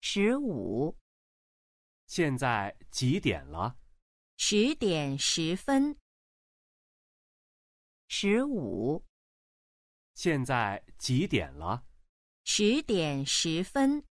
十五，现在几点了？十点十分。十五，现在几点了？十点十分。